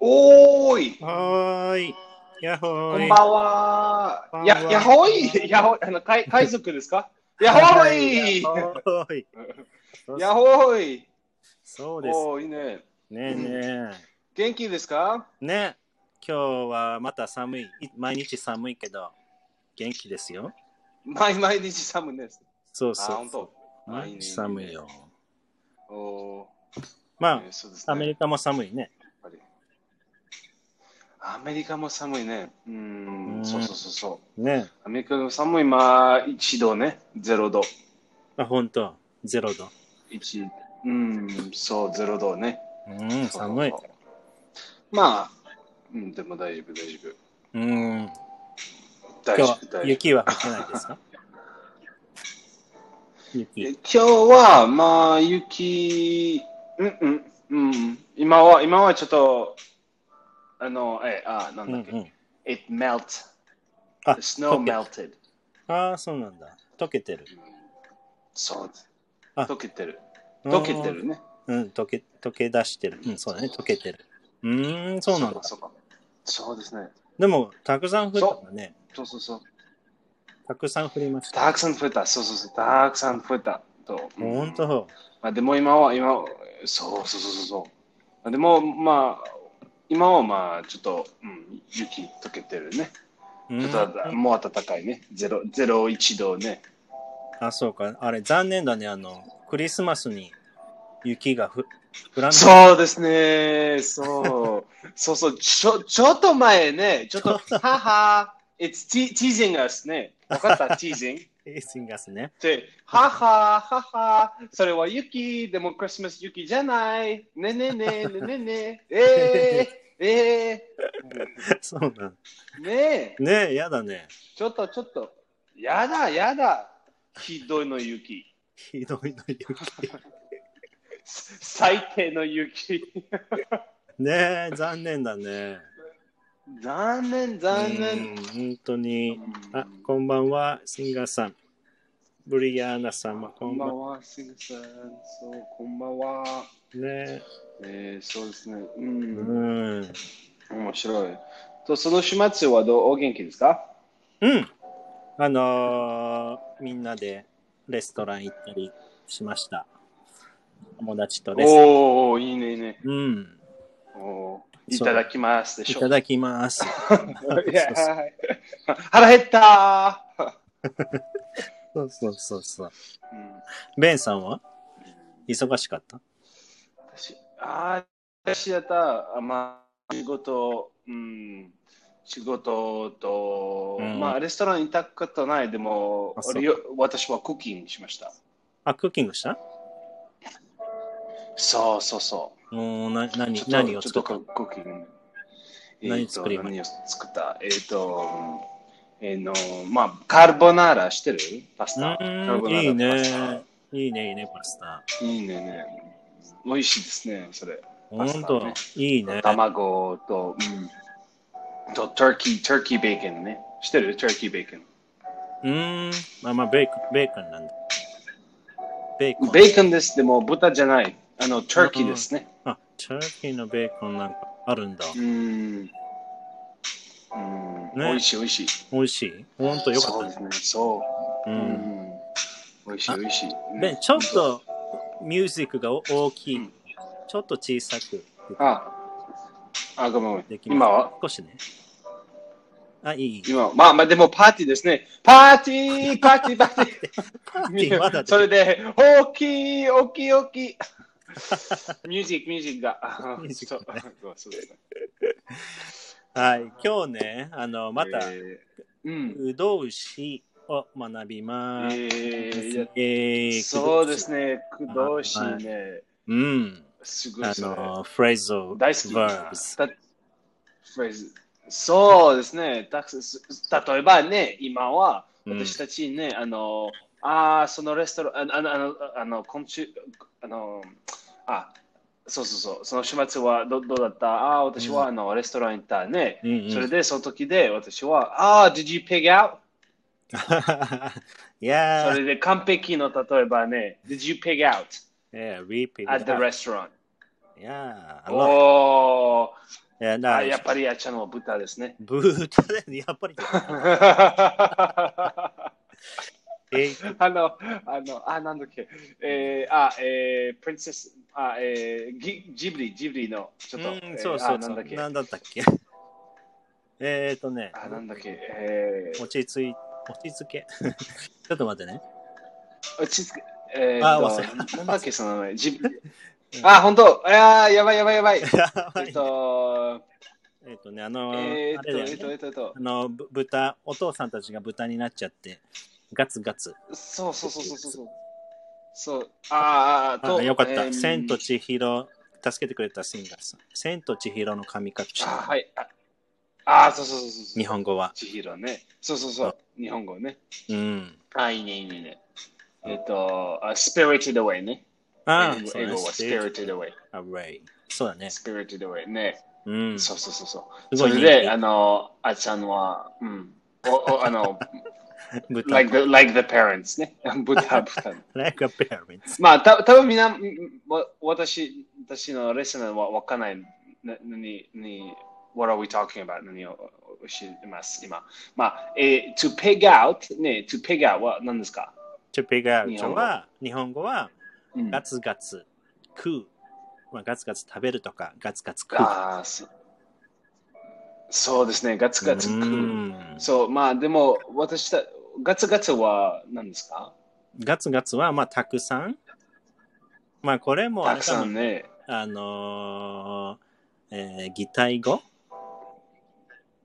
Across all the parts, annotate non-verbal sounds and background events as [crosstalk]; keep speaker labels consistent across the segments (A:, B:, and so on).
A: おーい
B: はーい。やっほ
A: こ
B: ー
A: ん
B: い。
A: ばんは
B: こんばんは
A: や、やほいやほあの、海海賊ですかやほい
B: やっほーい。
A: やほい
B: そうです
A: おーいいね。
B: ねね。
A: 元気ですか
B: ね。今日はまた寒い。い毎日寒いけど、元気ですよ。
A: 毎毎日寒いです。
B: そう
A: あ、
B: そう。
A: 本当。
B: 毎日寒いよ。
A: お
B: ま
A: ー、そうです
B: あ、
A: ね。
B: アメ
A: やっ
B: リカも寒いね。
A: ぱりアメリカも寒いね。うー、
B: うんん
A: そうそうそうそう。
B: ね。
A: アメリカの寒い、まあ、1度ね、0度。
B: あ、本当ゼロ度。
A: 1、うん、そう、0度ね。
B: うん、寒い。。
A: まあ、うん、でも大丈夫、大丈夫。
B: うん。
A: 大
B: 今
A: 丈
B: 日
A: 夫、
B: は
A: 大丈夫。
B: 雪は降ってないですか
A: え
B: 雪。
A: 今日は、まあ、雪、うんうん、うん。今は、今はちょっと、あの、え、あ、な
B: うんん
A: だ
B: う
A: っけ。
B: ん。
A: It melts.
B: あ
A: The snow
B: 溶け
A: melted.
B: ああ、そうなんだ。溶けてる。
A: そうです。
B: あ
A: 溶けてる。溶けてるね。
B: うん、溶け、溶け出してる。うん、そうだね、溶けてる。うーん、そうなんだ。
A: そうか。そうですね。
B: でも、たくさん降ったんだね。
A: そうそうそう。
B: たくさん降りました。
A: たくさん増えた。そうそうそう。たくさん増えた。と。うん
B: ほんと、
A: まあ、でも今は、今は、そうそうそうそうそう。まあ、でも、まあ、今はまあ、ちょっと、うん、雪溶けてるね。
B: う
A: ちょ
B: ん
A: っとあ、もう暖かいね。ゼロ、ゼロ一度ね。
B: あ、そうか。あれ、残念だね。あの、クリスマスに雪がふ降らない。
A: そうですね。 [laughs] そう。そうそう。ちょ、ちょっと前ね。ちょっと、はは。It's te- teasing us ね。わかった [laughs] ?teasing.
B: エースンガスね。 [laughs]
A: で、はは、はは、それは雪、でもクリスマス雪じゃない。ねねね、ねねね、えー、え
B: そうなん
A: ー、ねえ、
B: ねえ、やだね。
A: ちょっとちょっと、やだ、やだ、ひどいの雪、
B: ひどいの雪。
A: 最低の雪。
B: ねえ、残念だね。
A: 残念、残念。
B: うん、本当に。あ、こんばんは、シンガーさん。ブリアーナ様、こ
A: こ
B: ん
A: ん
B: ば
A: ば
B: んは。
A: んは、シングさん。そう、こんばんは。
B: ね
A: えー、そうですね。う
B: え。
A: ん、
B: うん。
A: 面白い。と、その週末はどうお元気ですか
B: うん。あのーみんなでレストラン行ったりしました。友達とレストラン。
A: おおいいね、いいね。
B: うん。
A: おーい
B: そう
A: ただきますで
B: い
A: しょ。
B: ただきます。
A: いやはい腹減ったー、
B: そうそうそうそう。
A: うん、
B: ベンさんは忙しかった
A: 私、あー私だったら、まあ、仕事、うん、仕事と、
B: うん
A: まあ、レストランに行ったことない、でも
B: あ、そう
A: りょ私はクッキングしました。
B: あ、クッキングした
A: そうそうそう。
B: もうな何
A: ちょっと
B: 何を作っ
A: ちょ
B: た
A: っとクッキング。
B: 何作り
A: えー
B: ま
A: と何を作ったえっ、と、えーの、まあ、カルボナーラしてるパスタ。
B: う
A: カルボ
B: ーん
A: ナーラ
B: いい
A: パスタ
B: ね。いいね、いいね、パスタ。
A: いいねね。美味しいですね、それ。
B: ほ
A: パス
B: ん
A: タ
B: と
A: ね、
B: いいね。
A: 卵と、うん、と、トーキー、トーキーベーコンね。してるトーキーベーコン。
B: うーん。まあまあ、ベーコン、ベーコンなんだ。ベーコン。
A: ベーコンです、でも豚じゃない。あの、トーキーですね。
B: あ、チャーキーのベーコンなんかあるんだ。
A: うん。うん、美味しい、美味しい。
B: 美味しい。ほんとよか
A: そう
B: っ
A: で
B: た。。
A: すね、そうう。うんん。美味しい、美味しい。うん
B: で、ちょっとミュージックが大き
A: う
B: い
A: ん。
B: ちょっと小さく
A: あ、あ、ごめんごめん
B: できます。
A: 今は
B: 少しね。あ、いい。 [laughs]
A: 今はまあまあでもパーティーですね。パーティー、パーティー、パーティー。
B: パーティーまだで
A: それで、大きい、大きい、大きい。 [laughs] ミュージック、ミュージックが。
B: ミュージックね
A: そうそうですね
B: はい。今日ね、あの、また、
A: えーうん。
B: うどうしを学び
A: え
B: ます。
A: ーいや
B: えー
A: そうです。ね、くどし
B: はい
A: ね。
B: うん。
A: すごい
B: あ
A: ですね。
B: の、フレーズを、
A: 大好き。
B: verbs
A: たフレーズそうですね。たくさんす例えばね、今は
B: うん
A: 私たちね、あの、ああ、そのレストラン、ああの、あの、あの、昆虫、あの、あ、そうそうそう、その週末はどどうだったああ、私はあの、レストラン行ったね。
B: うんうん
A: そ
B: [laughs]
A: れで、その時で私は、ああ、did you pig out?
B: いや
A: そ
B: ー、
A: れで完璧の例えばね、did you pig out
B: えー、repeat.
A: at the restaurant?
B: Yeah, a lot.
A: おー、
B: いや、だから
A: あやっぱりやっちゃうのは豚ですね。
B: ブータで、やっ
A: [laughs]
B: ぱり、
A: あ
B: えい
A: の、あの、あ、なんだっけ。えー、あ、えー、プリンセス、あ、えー、ギジブリ、ジブリの、ちょっと、
B: う
A: え
B: ん、
A: ー
B: そうそう
A: あな
B: そ
A: んだ
B: う
A: っ。け。
B: なんだったっけ [laughs] えーとね、
A: あ、なんだっけ。えー、
B: 落ち着い、落ち着け。 [laughs] ちょっと待ってね。 [laughs]
A: 落ち着け。えー、
B: あ
A: と
B: 忘れた
A: なんだっけ、その名前。ジ
B: [laughs]
A: ブリ。あ、本当。あー、やばいやばいやばい。えっと、
B: えっとね、あのー、
A: えー、
B: あ
A: っ
B: れ
A: と、
B: だ
A: えー、
B: よ
A: っと、え。
B: ね
A: ー、っと
B: あ、の、ぶ豚、お父さんたちが豚になっちゃって、ガツガツ。
A: そうそうそうそうそう。そう、あーあー、
B: あ
A: と、
B: よかった。
A: えー
B: 千と千尋、助けてくれたシンガーさん。千と千尋の神隠し
A: あ。はい。ああー、そうそうそうそうそう。
B: 日本語は。
A: 千尋ね。そうそうそう。日本語ね。
B: うん。
A: あ、いいね、いいねいいね。えっと、あ spirited away ね。
B: ああ、
A: 英語
B: そう
A: 英語
B: だね
A: は。
B: Spirit
A: spirited away。
B: Away そうだね。
A: spirited away ね。
B: うん。
A: そうそうそうそう。
B: す
A: そ
B: ごい
A: れ
B: 人
A: で、
B: 気
A: あの、あっちゃんは、うん。おおあ
B: [laughs]
A: の、
B: 豚。
A: like the, like the parents
B: [laughs]
A: ね。ブタブタ。
B: Like a parent.
A: まあ、た多分みんな、んんわ私、私のレッスンはわかんない。な何に What are we talking about? 何を教えてます今。まあ、えー、to pig out ね、to pig out は何ですか、
B: チュピガウチョは、日本語は、
A: うん、
B: ガツガツ食う。まあ、ガツガツ食べるとか、ガツガツ食う。
A: あーそそうですね、ガツガツ食
B: う
A: う。
B: ん
A: そう、まあでも私た、ガツガツは何ですか
B: ガツガツは、まあ、たくさん。まあ、これもあ
A: た
B: れ
A: く
B: か
A: さ
B: も
A: んね。
B: あのーえー、擬態語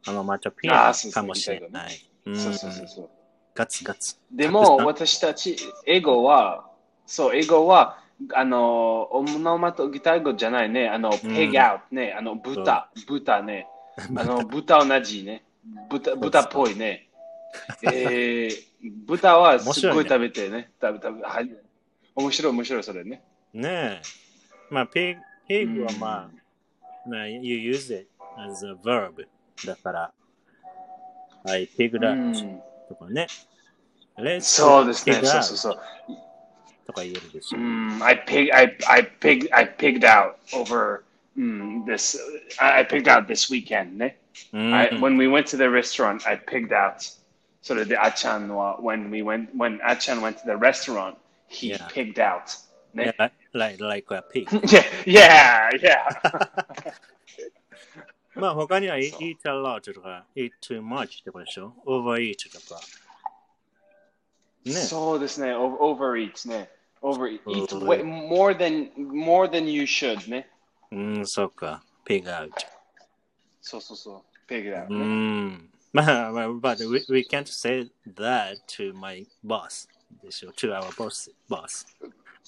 B: あの、マチョピ
A: あ
B: ア
A: ーそうそう
B: かもしれない。うん
A: そうそうそうそう。
B: ガツガツ。
A: でも
B: たく
A: 私たち、英語は、そう、英語は、あの、オノマトギター語じゃないね、あの、ペグアウトね、あの、豚、豚
B: [laughs]
A: ね、あの、豚同じね、豚、豚っぽいね。え
B: [laughs]
A: ー、豚はすっごい食べてね、食べ食べ、はい。面白い、面白い、それね。
B: さんねえ。まあ、ペグ、ペグはま
A: うん
B: あ、まあ、you use it as a verb だから。はい、ペグラージ
A: うん
B: とかね。レッス
A: そうですね、
B: pig
A: そう
B: out
A: そうそう。
B: とか言えるでし
A: う
B: ょ。
A: ん、I Hmm, pig, I, I pig, I pigged out over、うん、this, I I pigged out this weekend ね。
B: うん
A: I, when we went to the restaurant, I pigged out. So the Achan, wa- when we went, when Achan went to the restaurant, he
B: Yeah.
A: pigged out. Ne?
B: Yeah, like, like, like a pig.
A: [laughs]
B: [laughs]
A: Yeah, yeah, yeah.
B: まあ他には
A: そ
B: eat
A: う
B: eat a lot とか eat too much とかでしょ overeat とか。ね。
A: So this ne o- overeat ne overeat eat
B: Overeat.
A: way, more than more than you should ne.
B: うん、そうか。pig out。
A: So so so pig out.
B: う
A: ne?
B: ん。まあ、まあ、but we, we can't say that to my boss でしょ to our boss. boss.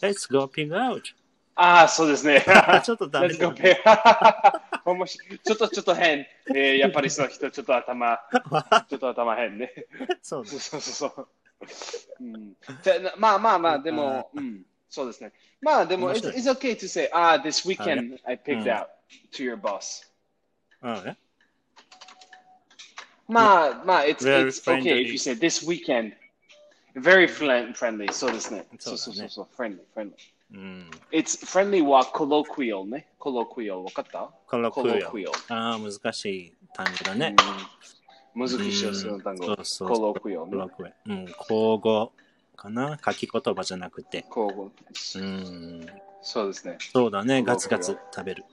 B: Let's go
A: [laughs]
B: pig out. [laughs]
A: ああ、そうです [laughs] ね。
B: ちょっとダメ
A: Let's
B: だ
A: go
B: ね
A: [laughs] pay. おもしちょっとちょっと変。えー、やっぱりその人、ちょっと頭、
B: [laughs]
A: ちょっと頭変 [laughs] ね。
B: そうだ
A: そうそうそうそう。うん、じゃなまあまあまあ、で
B: Uh,
A: も、うん、そうですね。まあでも、
B: 面
A: it's
B: 白い
A: it's okay to say, ah, this weekend I
B: う
A: picked
B: ん
A: out to your boss.
B: うんね。
A: まあまあ、it's,
B: Hmm. Very
A: it's okay
B: friendly.
A: if you say this weekend. Very friend- friendly, そうですね。そ
B: そ
A: う
B: だ
A: うそうそ
B: ね
A: うそう、friendly, friendly.
B: うん。
A: It's friendly は colloquial ね。colloquial わかった
B: コロクリ
A: colloquial
B: ああ、難しい単語だね。
A: うん、難しいよ、その単語。
B: うんそうそう
A: colloquial
B: コロ
A: ね。
B: クリうん、口語かな書き言葉じゃなくて。
A: 交互
B: うん。
A: そうですね。
B: そうだね。
A: 僕は
B: ガツガツ食べる。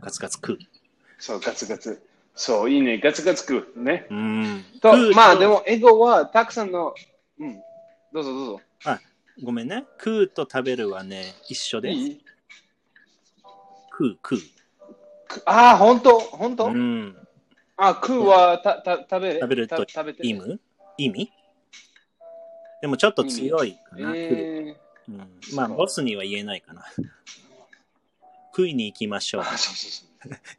B: ガツガツ食う。
A: そう、ガツガツ。そう、いいね。ガツガツ食う。ね。
B: うん。食
A: と、
B: う
A: まあで。も、エゴはたくさんの、うん、どうぞどうぞ。
B: あ、ごめんね。食うと食べるはね、一緒で。
A: いい
B: 食う、食う。
A: くああ、本当本当、
B: うん。
A: あ食うはたた食べ
B: 食べる
A: た
B: と
A: 食べて。
B: 意味意味でもちょっと強いか
A: え
B: な。食う
A: ー、
B: うん、まあ、ボスには言えないかな。食いに行きましょう。
A: あそうそうそう。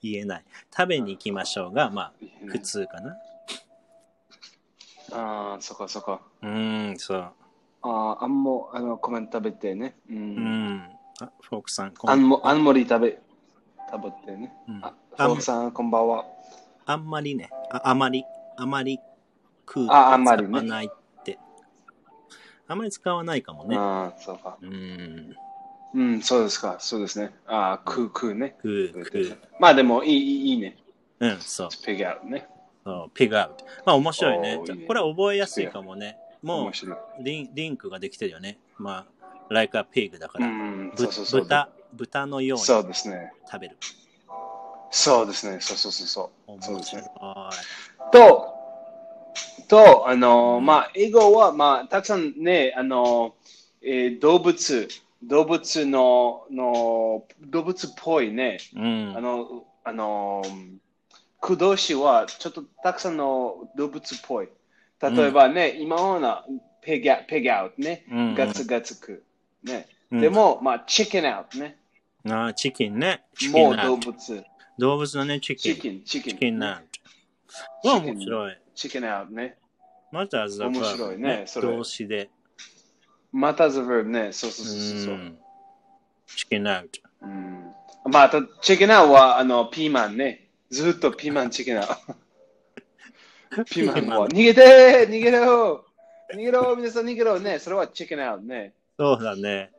B: 言えない。食べに行きましょうが、ま
A: いい
B: あ、
A: ね
B: 普通かな。
A: ああ、そこそこ。
B: うん、そう。
A: ああ、あんも、あの、コメント食べてね。うん。
B: うん。あ、フォークさん、こ
A: あ
B: ん
A: んも、あんもり食べ、食べてね。
B: うん
A: あ、フ
B: あん
A: ォークさん、こんばんは。
B: あんまりね、ああまり、あまり食う
A: ああんまりね
B: 使わないって。あまり使わないかもね。
A: ああ、そうか。
B: うん。
A: うん、そうですか。そうですね。ああ、食う、食うね。
B: 食う、食う。
A: まあでも、いい、いいいいね。
B: うん、そう。
A: ピグアウトね。
B: そう、ピグアウト。まあ面白いね
A: おー。
B: じゃ
A: いいね
B: これ覚えやすいかもね。も
A: 面白い。
B: うリンリンクができてるよね。まあ、like a pig だか
A: う
B: ら、
A: ん、
B: ぶ
A: そうそうそう。
B: 豚、豚のように
A: そう
B: 食
A: ですね。
B: べる。
A: そうですね。そうそうそうそう。
B: 面
A: そう
B: 白い
A: ですね。。と、と、あのー、まあ、英語は、まあ、たくさんね、あのー、えー動物、動物の、の、動物っぽいね、
B: うん。
A: あの、あのー、駆動詞は、ちょっとたくさんの動物っぽい。例えばね、今のような、ペギャ、ペギアウトね、
B: うん
A: ガツガツく。ね。
B: うん
A: で、も、まあ、チキンアウトね。
B: あーチキンね。チキ
A: も
B: ン
A: う
B: ナ
A: 動
B: ット。
A: 物。
B: 動物のね、チキン。
A: チキン、チキン。
B: チキンナット。
A: チ
B: は
A: キン
B: 面白い。
A: チキンアウトね。
B: また、ザ
A: 面白いねそれ
B: 動詞で。
A: また the verb ね。そうそううそうそう。
B: ん。チキンナット。
A: うんまあ、あと、チキンアウトは、あの、ピーマンね。ずっとピーマン、チキンアウ
B: [laughs]
A: ト。ピーマンも、逃げてー逃げろー逃げろー皆さん逃げろーね。それはチキンアウトね。
B: そうだね。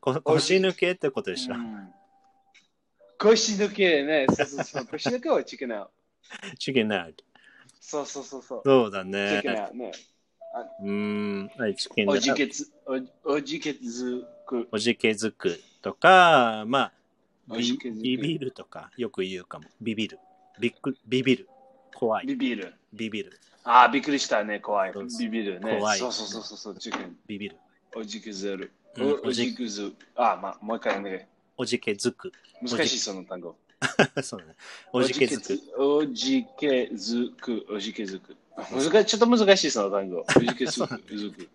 B: こ腰抜けってことでし
A: う
B: た。
A: ん腰抜けね。そうそうそう。腰抜けはチキンアウト。
B: チキンナット。
A: そうそうそうそう。
B: そうだ
A: チキン
B: ね。
A: アウトね。
B: うーん。はいチキンナ
A: お
B: ッ
A: じ
B: ト。
A: けつ、おおじけつく。
B: おじけづくとか、まあ、
A: おじ
B: ビ
A: けづく
B: ビビるとか、よく言うかも。ビビる。ビックビビる。怖い。
A: ビビる。
B: ビビる。
A: ああ、びっくりしたね。怖い
B: そう。そう
A: ビビるね。
B: 怖い
A: そうそうそうそうそう。チキン。
B: ビビる。
A: おじくずる。
B: うん
A: おおじくず。あ、まあ、もう一回ね。
B: おじけづく。 [laughs]
A: 難しいその単語。
B: そうだね。おじけづく。。
A: おじけづく。おじけづく。
B: [laughs]
A: 難しい、ちょっと難しいその単語。おじけづく。づく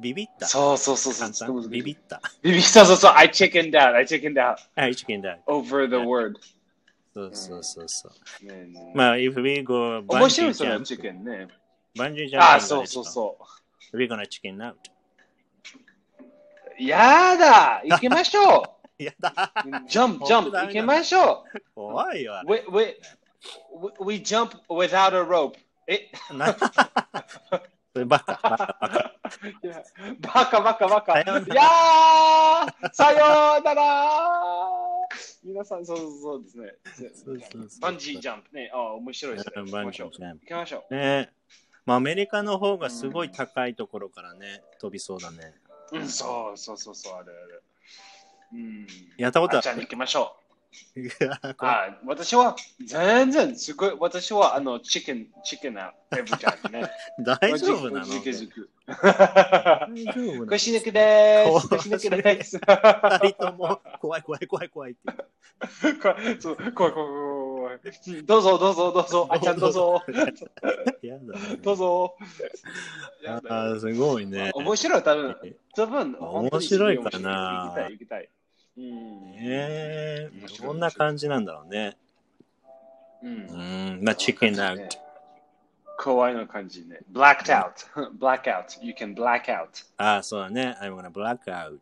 B: ビビった。
A: そうそうそうそう。
B: 簡
A: ちょっと難し
B: 単。
A: い
B: ビビった。
A: ビビったそうそう。I chickened out. I chickened out
B: はい、チキンだ。
A: over the word.
B: そうそうそうそう。
A: ねえねえ
B: まあ、if we go
A: 面白いそ
B: bungee
A: の
B: jump-
A: チキンね。
B: バンジージャンプ。
A: ああ、そうそう
B: う。
A: そう。
B: We're gonna chicken out.
A: やだ行きまし
B: [laughs]
A: ょう
B: やだ。
A: ジャンプ、ジャンプ行きましょ
B: 怖いわ
A: う。we, we, we- we jump without a rope. え
B: なそれバカ、バカ、バカ。
A: いやバカバカバカ。
B: さ
A: いや
B: ような
A: ーさようなら皆さん、そうそうそうですね。
B: そうそうそう
A: バンジージャンプね。ああ、面白いですね。
B: うん
A: 行
B: バ
A: き
B: ン
A: ま
B: ジ
A: しょう
B: ージャン。
A: 行
B: プ
A: きましょ
B: ねまあ、アメリカの方がすごい高いところからね、飛びそうだね。
A: う。うん、そうそうそうそう、あるある。うん。
B: やったこと
A: あ
B: は
A: っちゃんに行きましょ。
B: いうや
A: あ私は全然すごい。私はあの、チキン、チキンな、エブリタイムね。
B: [laughs] 大丈夫なの
A: おじけづ
B: 大
A: く。
B: 丈夫な
A: [laughs]
B: の
A: 腰抜けでーす。
B: 怖い
A: 腰抜けです。
B: 二人とも怖い怖い怖い怖いって。
A: 怖い、そう、怖い、怖い、怖い怖い。どうぞ、どうぞ、どうぞ、あちゃん、どうぞ、
B: やだね
A: どうぞ。やだ
B: あーすごいね。
A: 面白い、多分、多分、本当にすご
B: 面白いかな
A: 行きたい、行きたい。うん。
B: え
A: 面白い
B: ー、どんな感じなんだろうね。
A: う。
B: うんん、まあ、チキンナウト。
A: 怖いの感じね。blacked out, [laughs] blackout, you can black out.
B: ああ、そうだね。I'm gonna black out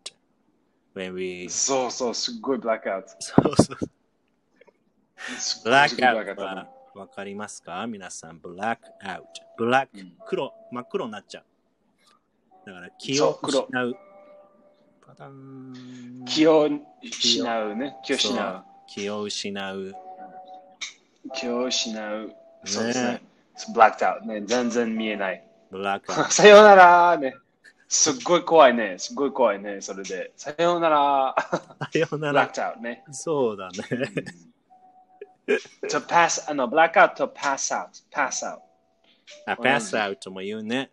B: when we
A: そうそう、すっごい blackout。
B: そうそう。
A: すっ
B: ブ
A: ごい
B: ラ
A: すっ
B: ッ
A: ご
B: ク
A: い
B: アウ
A: blackout
B: ト
A: だ
B: はわかりますか皆さん、ブラックアウト。ブラック、
A: うん
B: 黒、真っ黒になっちゃう。だから気
A: そう
B: を
A: 黒
B: 失う。パターン
A: 気を失うね。気を失う。
B: 気を失う。
A: 気を失う。そうですね
B: ね。
A: blacked out ね。全然見えない。
B: ブ
A: [laughs]
B: ラックアウト。
A: さようならね。すっごい怖いね。すっごい怖いね。それで。さようなら。
B: さようなら。
A: blacked out ね。
B: そうだね。
A: to pass, あの、blackout to pass out. pass out.
B: あ、
A: うん
B: pass out も言うね。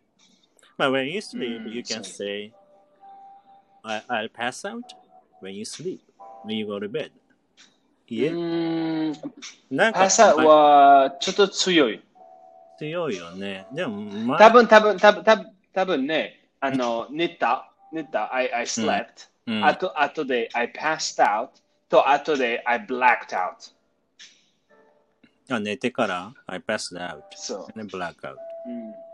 B: まあ、when
A: う
B: you sleep,
A: ん
B: you
A: そう
B: can say, I, I'll pass out when you sleep, when you go to bed. いうえ、
A: ーん。
B: なんか
A: pass out はちょっと強い。
B: 強いよね。でも、まあ、
A: 多分、多分、多分、多分、多分ね。あの、寝た。寝た。I, I slept.
B: うん
A: あと、あとで I passed out. と、あとで I blacked out.
B: あ寝てから I passed out.
A: そう。
B: ね、ブラックアウ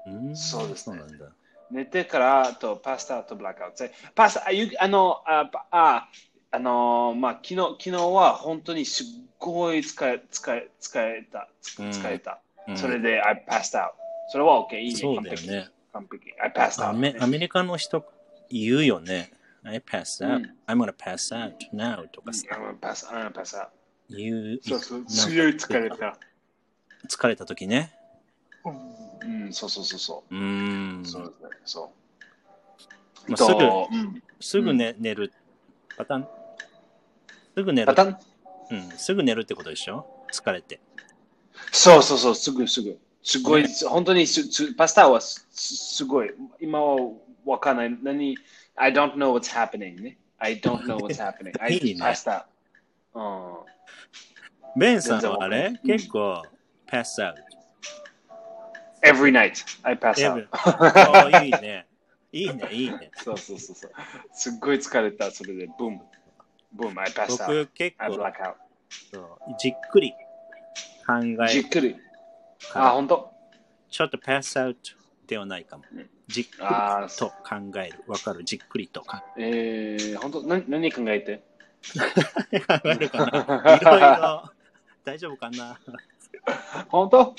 A: うん
B: ト。ん
A: そうですね
B: そうなんだ。
A: 寝てからとパスタとブラックアウト。パスタ、あゆあの、あ、ばああの、まあ、昨日、昨日は本当にすっごい疲れ、疲れ、疲れた、
B: うん
A: 疲れた。
B: うん
A: それで、I passed out。それは OK、いいね。
B: そうだよね。
A: 完璧。完璧。I passed out
B: アメ
A: ね。
B: アメリカの人言うよね。I passed
A: う
B: out.、
A: ん
B: I'm gonna pass out now とかさ
A: うん I'm gonna pass- I'm gonna pass out
B: 言う。
A: そうそう、
B: なんか
A: 強い疲れた。
B: 疲れた時ね。
A: うん、そうそうそうそう
B: ーん
A: う。。そうですね。そう。
B: まあすぐ
A: とうん
B: すぐね、寝る。パタン。すぐ寝
A: パ
B: る
A: タ。ーン
B: うん。すぐ寝るってことでしょ疲れて。
A: そうそうそう、すぐすぐ。すごい、本当にすすパスタはすすすごい。今はわかんない。何 ?I don't know what's happening ね。I don't know what's happening. I
B: [laughs] いいね
A: パスタ。うん。
B: ベンさんはあ
A: 全
B: れ
A: 然わかんない
B: 結構、パスアウ
A: Every night, I pass
B: ト。エブ
A: out.
B: おーいいね。いいね、いいね。
A: そうそうそうそう。すっごい疲れた、それで、ブーム。ブーム、I pass out.
B: 僕結
A: I
B: 構
A: black out.
B: そうじっくり考
A: じっ
B: え
A: くり。あ、
B: か
A: 本当
B: ちょっとパスアウトではないかも
A: うん。
B: じっくり
A: あー
B: と考える。わかるじっくりと考
A: えー、本当な何考えて
B: える考えるか
A: [laughs]
B: [laughs] な。いろいろ。大丈夫かな
A: 本当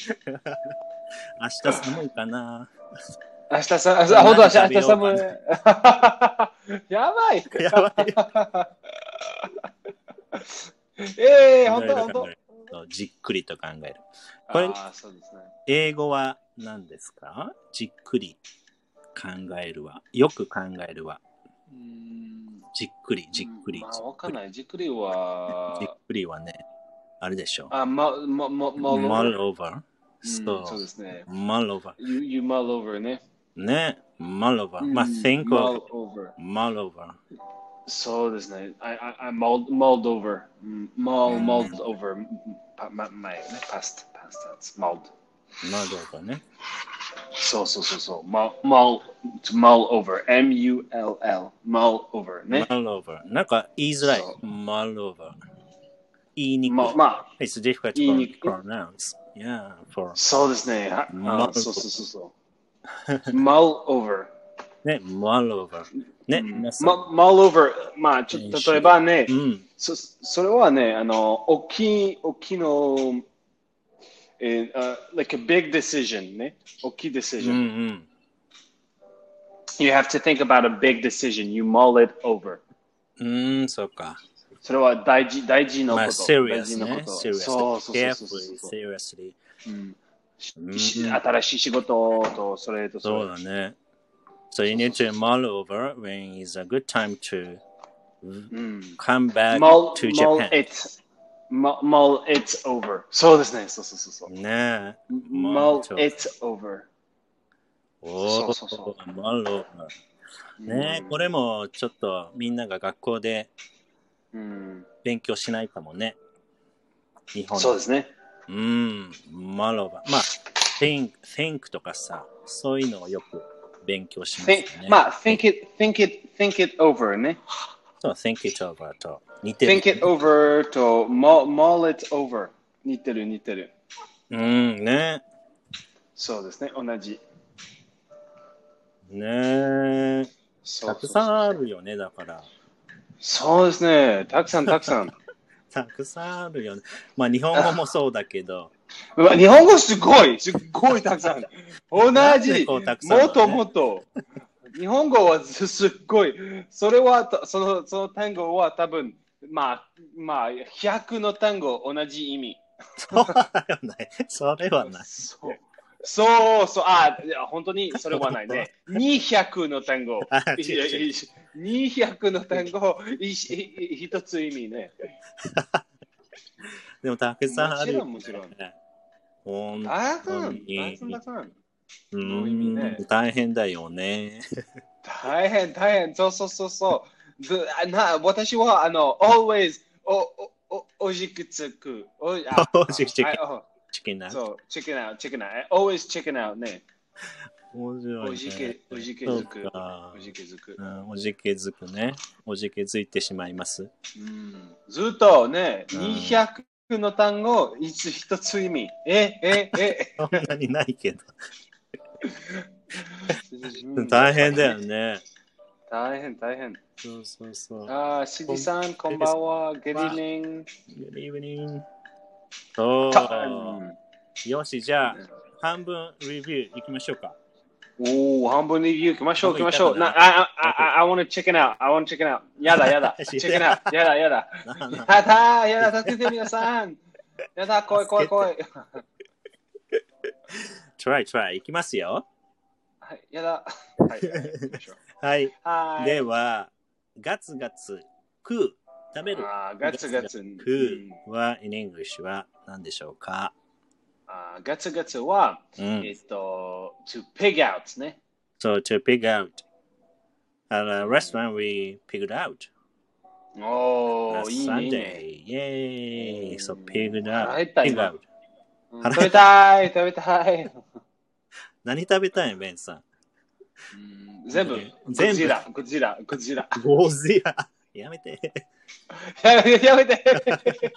B: 明日寒い
A: [laughs]
B: かな
A: 明日さ、あ本当明日明日寒い
B: 何
A: [laughs]
B: 食。
A: やばい
B: やばい。
A: ええー、
B: 考
A: 本当
B: える
A: 本
B: 考え
A: 当
B: るそうじっくりと考える。これ
A: ああ、そうですね。
B: 英語は何ですかじっくり考えるは。よく考えるは。
A: うーん
B: じっくり、じっくり。
A: まあ、わかん
B: い。
A: ない。じっくり
B: じっ
A: は。
B: くりはね、あれでしょ。
A: あ、ま、ま、ま、ま、
B: mull over。
A: うん
B: そ
A: そう
B: う。
A: ですね。
B: mull over。
A: You, you mull over ね。
B: ね、mull over。まあ、
A: うん
B: think
A: mull
B: of
A: over。
B: mull over。
A: そうですね。I, I, I mulled, mulled over. うん mull,
B: うん
A: mulled over. パ、ま、前ね。past, past tense. mulled.
B: mull over ね。
A: そうそうそうそう。mull, mull, to mull over. M-U-L-L. mull over ね。
B: mull over。なんか言いづらい
A: そ。
B: mull over。言いにくい
A: ま、。まあ、
B: It's difficult
A: 言いに
B: to
A: くい
B: pronounce. Yeah, for
A: そうですね。あ
B: ま
A: あそうそうそう
B: [laughs]
A: そう。mull over。
B: ね、mull over。ね、
A: うん
B: 皆さん。
A: ま、mull over。まあ、ちょっと例えばね
B: う、ん。
A: そそれはね、あの、大きい、大きいの、えー、あ eh, uh, like a big decision ね。大きい
B: うんう
A: decision。
B: ん。
A: You have to think about a big decision. You mull it over.
B: うーん、そうか。
A: それは大事、大事のこ
B: ま
A: と。
B: あ、
A: 大
B: serious
A: 事な
B: ね
A: こ。と。そうそうそ
B: seriously.
A: うそう
B: carefully,
A: そう。
B: seriously.
A: うん
B: うん
A: し新しい仕事と、それとそれ。
B: そうだね。So you need to mull over when is a good time to
A: うん。
B: come back
A: mull,
B: to
A: mull
B: Japan.
A: it mull, mull it over そうですねそうそうそうそう
B: ねえ。
A: mull
B: mull
A: it
B: it
A: over
B: お
A: そうそうそ
B: ー、mull over。ね
A: う
B: え、
A: ん
B: これもちょっとみんなが学校で
A: うん
B: 勉強しないかもね。日本
A: そうですね
B: うん、mull over。まあ、think, think とかさ、そういうのをよく勉強します
A: think
B: ね。
A: まあ think it think it think it over ね
B: そう、think it over と似てる。
A: think it over と mull, mull it over 似てる似てる
B: うん、ね
A: そうですね同じ
B: え。ねえ。
A: そう
B: たくさんあるよね、だから。
A: そうですねたくさんたくさん
B: たくさんあるよね。まあ、日本語もそうだけど。
A: うわ日本語すごいすっごいたくさん同
B: なんで
A: じ
B: こうたくさん
A: も
B: なの
A: っ
B: ね
A: ともっと。日本語はすすっごい。それはた、その、その単語は多分、まあ、まあ、100の単語同じ意味。
B: そうだよね。それはない。
A: そう。そうそう、あ、いや本当にそれはないね。200の単語。
B: あ違う
A: いや
B: 違う
A: いや200の単語、いいい一つ意味ね。
B: でも、たくさんあるよ、ね。
A: もちろんもち
B: ほん
A: たくさ
B: 当
A: ん、たく
B: に
A: さん、たくさん。
B: う
A: そういう意味ね
B: ん大変だよね。
A: 大変、大変、そうそうそうそう。ずあな私はあの、always おおおおじくつく。おじあ
B: [laughs] おじくつく
A: はいお
B: チキンな。
A: そう、chicken out、chicken out。always chicken out ね。
B: [laughs] 面白い、ね。
A: おじけ、おじけづ
B: そ
A: く
B: う。か
A: おじけづく
B: う。ん、おじけづくね。おじけづいてしまい [laughs] ます。
A: うん、ずっとね、
B: うん
A: 200の単語、いつ一つ意味。え、え、え。
B: そんなにないけど。
A: うん
B: [laughs] 大変だよ。ね。
A: 大変、大変。
B: そうそうそう。
A: あー、しぎさん、こんばんは。Good evening。
B: Good evening. そ
A: た
B: う。よし、じゃあ、半分レビューいきましょうか。 [laughs]
A: おお、半分リビュー行きましょう、行きましょう。
B: 半分い
A: な、
B: った
A: I, I, I, I wanna check it out. I wanna check it out. やだ、やだ。
B: 知
A: check
B: ら
A: it out. やだ、やだ。
B: なあなあ
A: やだ、やだ、助けて皆さん。やだ、来い、来い、来い。
B: try, try. いきますよ。
A: [laughs] はい、やだ。はい、はい行きましょう
B: はい。
A: はい。
B: では、ガツガツ食う、食べる、
A: あーガツガツ。
B: 食
A: うん
B: うは、in English は何でしょうか
A: あーガツガツは、
B: うん
A: え。っと、to pig out ね。
B: So, to pig out. At a restaurant, we pigged out.
A: お
B: last
A: ー、いいねいいね。
B: Sunday. Yay! So, pigged
A: 腹
B: out.
A: 減った、
B: Pig
A: 今
B: out.。
A: うん
B: 腹
A: 食
B: 減
A: べ
B: った
A: い、食べたい。
B: 何食べたいベンさん。
A: うん全部、ゴ
B: 全部
A: ジラ、ゴジラ、ゴジラ。
B: ゴジラ。や [laughs] めて。
A: やめて、やめ
B: [laughs]
A: て。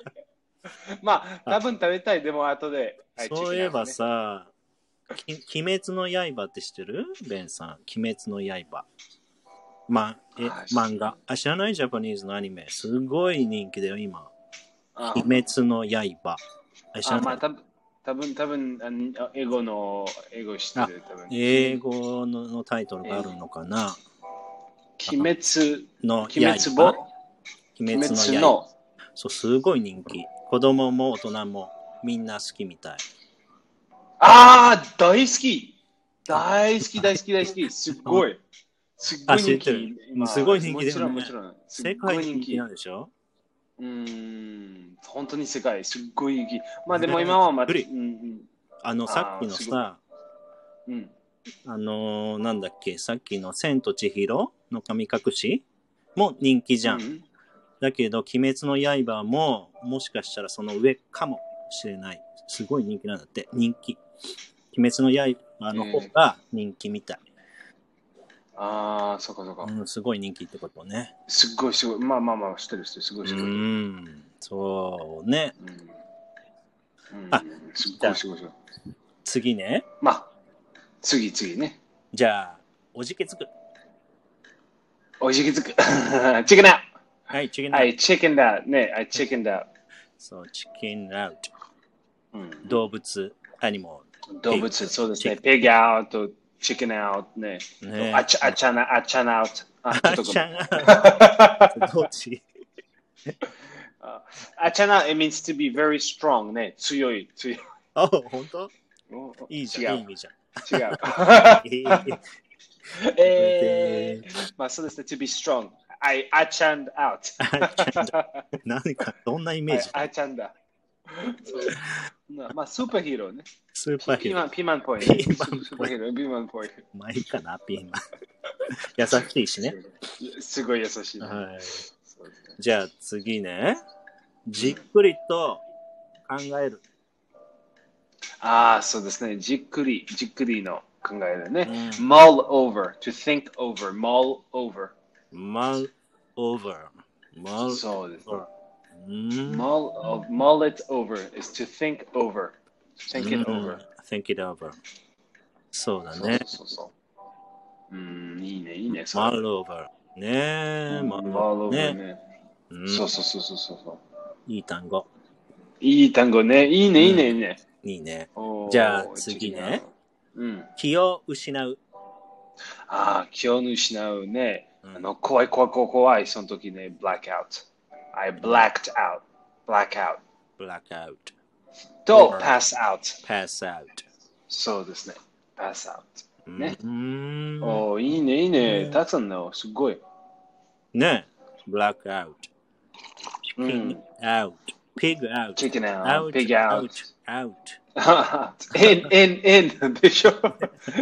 A: まあ、多分食べたい、でも後で。はい
B: そういえば。
A: チキン
B: さ、き鬼滅の刃って知ってるベンさん。鬼滅の刃。ま、え
A: あ知らん
B: 漫画あ。知らないジャパニーズのアニメ。すごい人気だよ、今。
A: ラね
B: 鬼滅の刃。あ知
A: あ、
B: ら
A: あまあ、
B: ない
A: たぶん、多分多分あのあ英語の、英語知ってる、多分。
B: 英語ののタイトルがあるのかな
A: 鬼滅、
B: の
A: 鬼滅ぼ
B: 刃。
A: 鬼
B: 鬼滅の
A: 滅
B: 刃。
A: の。
B: そう、すごい人気。子供も大人もみんな好きみたい。
A: ああ、大好き大好き、大好き、大好き。すっごい。すっごい
B: あ知
A: 人
B: ってる
A: 気。今
B: すごい人気だよね
A: もちろん、もちろん。すっ
B: 世
A: ご
B: 界
A: い
B: で
A: 人
B: 人気
A: 気。
B: なん
A: う
B: でしょ
A: ーん、本当に世界、すっごい人気。まあでも今はまた、う
B: びっく
A: ん
B: あの、さっき
A: あー
B: の
A: すごい
B: さ、
A: うん、うん。
B: あのーなんだっけ、さっきの千と千尋の神隠しも人気じゃん。
A: うん
B: だけど、鬼滅の刃ももしかしたらその上かもしれない。すごい人気なんだって、人気。鬼滅の刃の方が人気みたい。
A: ああ、そうかそうか。
B: うん、すごい人気ってことね。
A: すっごいすごい。まあまあまあ、知ってる知ってる。すご
B: う
A: いすごい。うん
B: ん、そうね。
A: うん
B: あ
A: すっ
B: じ
A: ご
B: ゃあ
A: いすごいすごい。
B: 次ね。
A: まあ、次次ね。
B: じゃあ、おじけつく。
A: おいしきつく。 [laughs] チキンだ
B: はい、チキンラウト。
A: はい、チキンだね、はい、チキンだ。
B: そう、チキンラウト。
A: うん
B: 動物、アニモ
A: 動物、そうですね。
B: Pig
A: ペギアウト、チキンアウトね。
B: ル。ね
A: あちゃ、あちゃな、あちゃなアウト。あ、ち
B: あ
A: ょっとご
B: ち
A: め
B: ゃ [laughs]
A: ん。
B: んどっち [laughs]
A: あちゃな、it means to be very strong ね。強い、強い。
B: あ、本当
A: おお
B: いいじゃん、い
A: 違
B: いう意、味じゃん。
A: 違う。え
B: えー
A: ー、まあそうですね。to be strong。I, I channed out. [laughs]
B: 何か、どんなイメージ
A: I, I channed out. そうまあまあ、スーパーヒーローね。
B: スーパーヒ
A: ピー
B: ーロ
A: マ
B: ー
A: ン、ピーマンっぽいね。
B: ピーマンっぽい
A: スーパーヒーロー、ピーマンっぽい。
B: まあいいかな、ピーマン。優しいしね。
A: すごい優しいね。
B: はい
A: そうですね
B: じゃあ次ね。じっくりと考える。
A: ああ、そうですね。じっくり、じっくりの考えるね。
B: う
A: mull over, to think over, mull over.
B: マウオーバー。マウ
A: そうですね。
B: うーん。
A: mull, o- mull it over is to think over. Think it
B: うん
A: over.
B: Think it over. そうだ
A: そう
B: ね。
A: そうそう。うん、いいね、いいね。そ
B: マウ
A: れ
B: オーバー。ねえ、マウ
A: mull over
B: オーバー。
A: ね。
B: うん
A: そうそうそうそうそう。
B: いい単語。
A: いい単語ね。いいね、いいね、いいね。
B: いいね。
A: おー
B: じゃあ次ね。
A: うん。
B: 気を失う。
A: ああ、気を失うね。
B: うん
A: あの、怖い、怖い、怖い、怖い、その時ね、blackout。I blacked out. blackout.
B: blackout,
A: と
B: Over.、
A: pass out。
B: pass out.
A: そうですね。pass out。ね
B: うーん。
A: おーいいね、いいね
B: う。ん
A: たくさんの、すごい。
B: ね。blackout,
A: う
B: pig
A: ん。
B: out, pig out,
A: chicken out,
B: out,
A: pig
B: out,
A: out.
B: out.
A: [laughs] in, in, in [laughs] でしょ。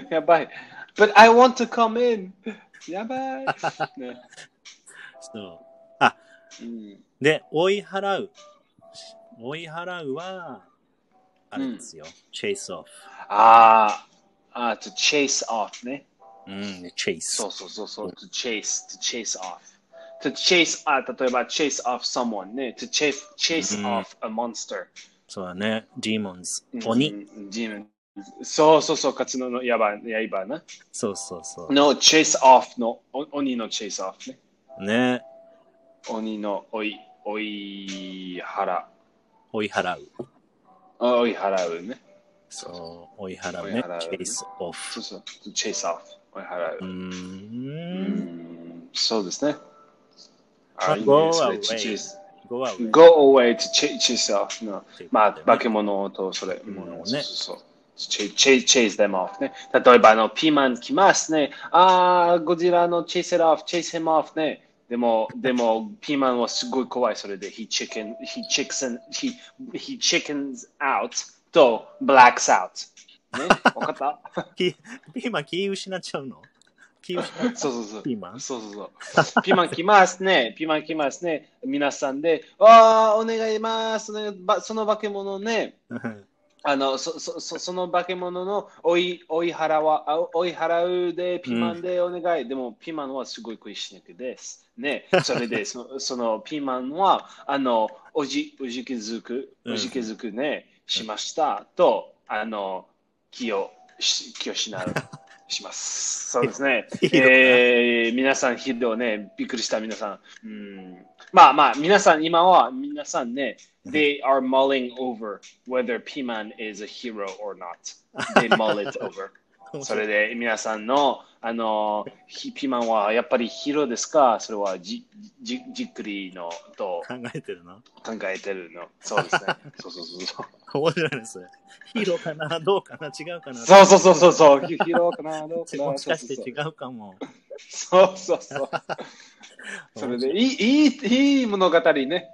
A: やばい。But I want to come in. やばい。ね
B: そ
A: うん
B: う。で、追い払う。追い払うは、あれですよ。chase off.
A: あーあー、to Ah, chase off ね。
B: うん、chase.
A: そうそうそうそう。to chase, to chase off. To chase, あ例えば chase off someone ね。to chase, chase
B: うん
A: off a monster. Mm,
B: そうだね。demons.
A: うん
B: 鬼。。
A: ジム。そうそうそう、カツノのやばい、やいばな。
B: そうそうそ
A: の chase off の、お鬼の chase off ね。
B: う。ね。
A: 鬼の追い、追い払
B: 追い払う。
A: う。あ追い払うね。
B: そう。追い払う
A: 追い
B: ね。
A: 払う
B: chase
A: そ
B: off.
A: うそう、to chase off。追い払
B: うー。
A: う。うんん、そうですね。
B: まあ
A: あ、いい
B: go
A: ね。それ to
B: away
A: chase-
B: go out.
A: go away to chase, chase off の。まあ、化
B: け
A: け物とそれ。
B: 物
A: う
B: をね
A: んそうそうそうチェイチェイチェイズでもオフね。例えばあのピーマン来ますね。あー、ゴジラのチェイセラオフ、チェイセマオフね。でも、でも、ピーマンはすごい怖い。それで、he chicken, he chicks and, he, he chickens out と blacks out。ね、わかった
B: ピピーマン気失っちゃうの気失っ
A: そうそうそう。
B: ピーマン
A: そうそうそう。ピーマン来ますね。ピーマン来ますね。皆さんで、ああ、お願いします。ね、ばその化け物ね、あの、そそそその化け物の追い追い払わあ追い払うで、ピーマンでお願い。でも、ピーマンはすごい食いしにくです。ね、それで、そそのピーマンは、あの、おじ、おじけづく、
B: うん
A: おじけづくね、しました。と、あの、気をし、気をしなる。し
B: [laughs]
A: ます。そうですね。
B: ひどいな
A: えー、皆さん、ひどいね、びっくりした皆さん。うん、まあまあ、皆さん、今は皆さんね、they are mulling over whether P-Man is a hero or not. They mull it
B: [laughs]
A: over. それで皆さんの、あの、ひピーマンはやっぱりヒーローですかそれはじじじっくりのと
B: 考えてるな。
A: 考えてるの。そうです
B: [laughs]
A: ね。そうそうそうそう。
B: 面白いね、それ。ヒーローかなどうかな違うかな
A: そうそうそうそう
B: [laughs]
A: そう。ヒヒーローかなどうかな
B: もしかし
A: そうそうそ
B: て
A: う
B: 違うかも。
A: そうそう
B: [laughs]
A: そう。それでいい、いい、いい物語ね。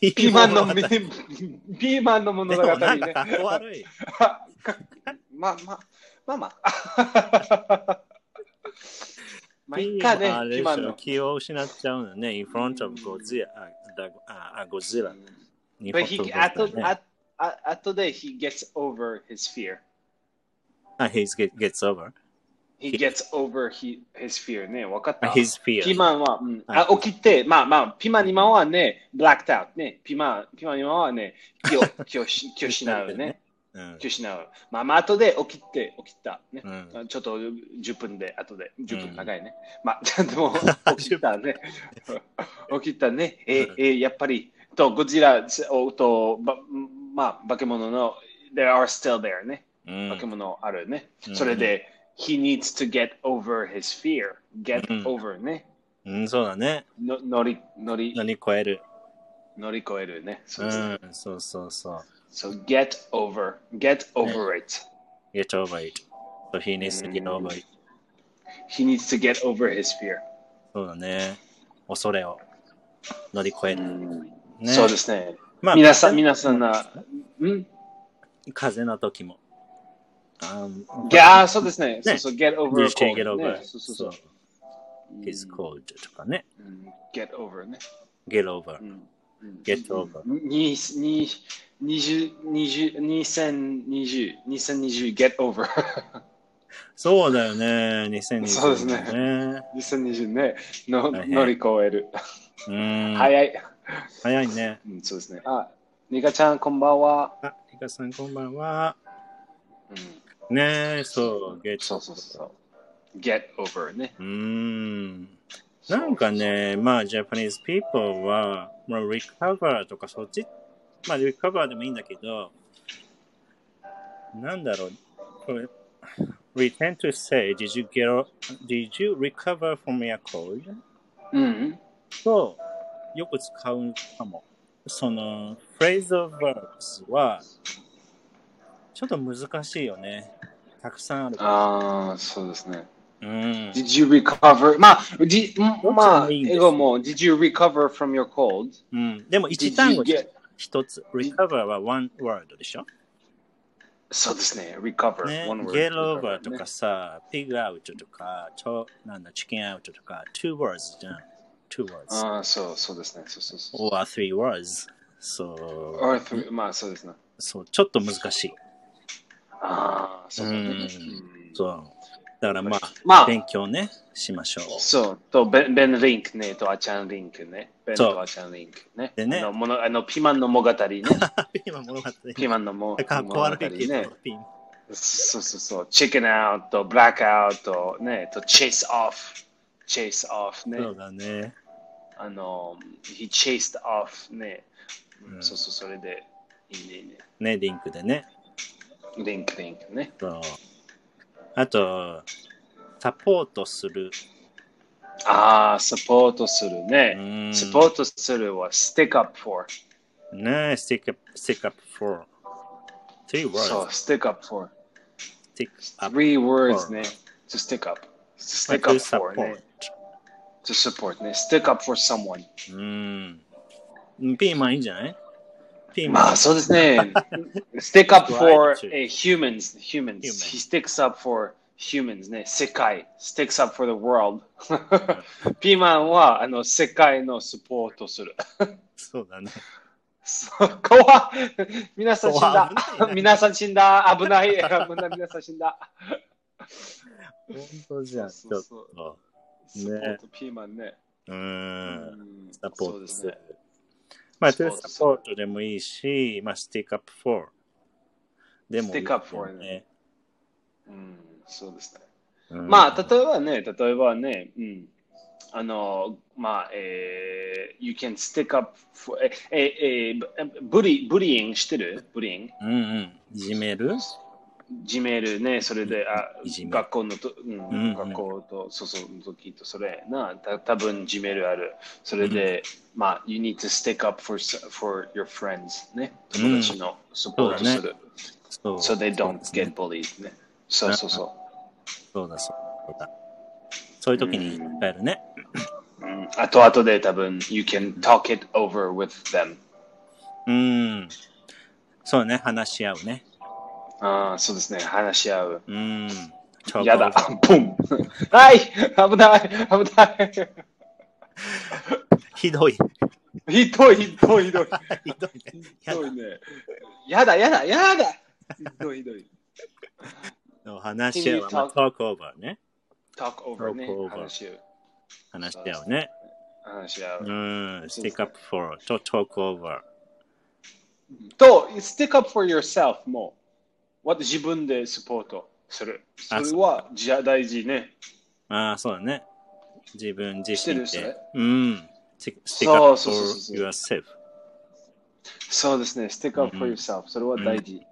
A: ピーマン [laughs] の、ピ
B: で
A: ーマンの物
B: も
A: 語ね。
B: なんか格好悪い。
A: まあまあ、まあま
B: [laughs]
A: あ。まあ、いいかね、
B: あれ
A: ピー
B: でし
A: マ
B: ょ
A: ンの。
B: 気を失っちゃうのね。in front of Godzilla. あだああ、ゴジラ。in
A: But
B: front of
A: he, あと
B: Godzilla ね、
A: あああとで、he gets over his fear.
B: あ、he's get, gets over.
A: He gets over he, his fear ね、わかった。
B: あ his
A: ピー
B: fear.
A: マンは、うんあ
B: は
A: 起きて、まあまあ、ピーマン今はね、ブラックタウトね、ピーマン、ピーマン今はね、気を、気をし、気を失うね。
B: うん
A: 気を失う。まあまあ、後で起きて、起きたね。
B: うん
A: ちょっと10分で、後で、10
B: うん
A: 分長いね。まあ、 [laughs] ちゃん
B: [laughs]
A: ともう起きたね。起きたね。え
B: うん、
A: えやっぱり、と、ゴジラおと、ばまあ、化け物の、there are still there ね。
B: う
A: 化
B: ん
A: け物あるね。
B: うん
A: それで、he needs to get over his fear. get
B: うん
A: over ね。
B: うん、そうだね。
A: の乗り、乗り、
B: 乗り越える。
A: 乗り越えるね。そううですね。
B: ん、そうそうそう。
A: So get over, get over it.
B: get over it. So he needs to get over it.
A: He needs to get over his fear.
B: そうだね。恐れを乗り越える。ね、。
A: そうですすね。
B: まあ、
A: 皆さん、皆さんな、ん
B: 風邪の時も。あ
A: いやー、そうですね。そ
B: ね
A: うそう、get over
B: you
A: a
B: should get
A: cold
B: over.
A: ね。そうそうそう。うん
B: his cold とかね。
A: うん get over ね。
B: get over.
A: うんうん
B: get over.
A: にに20 20 2020 2020 get over [laughs]
B: そうだよね。2020年、ね。
A: そうですね2020ねの
B: 大変
A: 乗り越える
B: うん。早い
A: 早い
B: ね。
A: うんそうですねあニカちゃんこんばんは
B: あ、リカさんこんばんは。
A: うん
B: ねえ、そう、get
A: そうそうそう。get over ね。
B: うーん。なんかね、まあ、Japanese people は、まあ、recover とかそっち、まあ、recover でもいいんだけど、なんだろう、これ、we tend to say, did you get, did you recover from your cold?
A: そう。うん。
B: と、よく使うかも。その、phrasal verbs は、ちょっと難しいよね。たくさんあるから。
A: ああ、そうですね。
B: うん。
A: Did you recover? まあ、じ
B: も
A: まあ、
B: いいんです
A: 英語も、Did you recover from your cold?
B: うん。でも、一
A: Did
B: 単
A: you
B: 語
A: get-
B: 一つ。recover は one word でしょ
A: そうですね。recover.
B: ね
A: One。word.
B: get over と
A: recover ね
B: かさ、pig out とか、ちょなんだ、chicken out とか、two words じゃん。two words。
A: ああ、そう、そうですね。そうそうそう。
B: or three words。そう、
A: or three, まあ、そうですね。
B: そう、ちょっと難しい。
A: ああ、そうだね。
B: うん
A: うん
B: そう。だからまあ、
A: まあ、
B: 勉強ね、しましょう。 [laughs]
A: そう、と、ベン、ベンリンクね、と、アチャンリンクね。ベン
B: そう
A: とアチャンリンクね。
B: でね
A: あの、もの、あの、ピーマンの物語ね。
B: [laughs] 今物語。
A: ピーマンのも
B: かっ
A: 物語
B: こ悪いけ
A: ね
B: ど。、ピン。
A: そうそうそう、チェックアウト、ブラックアウト、ね、と、チェイスオフ、チェイスオフね
B: そ、うだね。
A: あの、he um, chased off ね、
B: うん
A: そうそう、それで、いいね、いいね、
B: ね、リンクでね。
A: リンクリンクね、
B: そう。あと、サポートする。
A: ああ、サポートするね、
B: うん
A: サポートするは、stick up for、
B: ね、stick up, stick up for three
A: そう、
B: words.
A: stick up for、
B: stick up
A: three words
B: for-
A: ね。to stick up. stick
B: like
A: up
B: to
A: for ね
B: support。
A: to support ね。stick up for someone。
B: うん。ピーマンいいんじゃないピーマ
A: ま
B: ン
A: あ、そうですね。stick up for
B: Right.
A: eh, humans. Humans.
B: Humans.
A: He sticks up for humans ね。世界。sticks up for the world. ピーマンはあの世界のサポートする。
B: そうだね。
A: そう怖っ皆さん死んだ
B: 怖い。
A: 皆さん死んだ。危ない。危ない皆さん死んだ。
B: 本当じゃん、ち
A: そ
B: ょ
A: う
B: っ
A: そうそう
B: と。
A: サポートピーマンね。
B: う。
A: うんん
B: サポ
A: そうで
B: ート
A: す
B: す
A: ね
B: る。。まあ、トゥ
A: support
B: ーサポートでもいいし、まあ、スティックアップフォー。でもいいよね、
A: stick up for ねうん、そうですね。
B: うん
A: まあ、例えばね、例えばね、うん、あの、まあ、えー、you can stick up for, え、え、え、ブリ、ブリイングしてるブリイング
B: うんうん。いじめる
A: ジメールね、それで、あ
B: いじめ
A: 学校のと、うん
B: うんうん
A: 学校と、そうそう、の時と、それな、た多分ジメールある。それで、まあ、you need to stick up for, s- for your friends ね、友達のサポートする。
B: そう
A: so they
B: そう
A: don't
B: ですね
A: get bullied ね。そうそうそう。
B: そうだそうだ。そういう時に使えるね。
A: うんあとあとで多分、you can talk it over with them。
B: うん。そうね、話し合うね。
A: ああ、そうですね、話し合う。
B: うん。超
A: やだ、 [laughs] ボンはい危ない危な
B: ひどい。
A: いひどいひどいひどい
B: [laughs] ひどいね。
A: ひ
B: や
A: どいね。やだやだやだひどいひどい。
B: だ話し合うは。まあ、トークオーバーね。
A: talk over ね
B: Talk、over
A: 話し合う。
B: 話し合うね。
A: 話し合
B: う
A: う。
B: ん。スティックアップフォーとトークオーバ
A: と、stick up for yourself も、what 自分でサポートする。そ
B: あ
A: れはじゃ大事ね。
B: ー。ああ、そうだね。自分自身
A: してる
B: で。うん。スティック
A: そう
B: アップ
A: そうそうそう
B: for yourself。
A: そうですね、stick up for yourself。それは大事。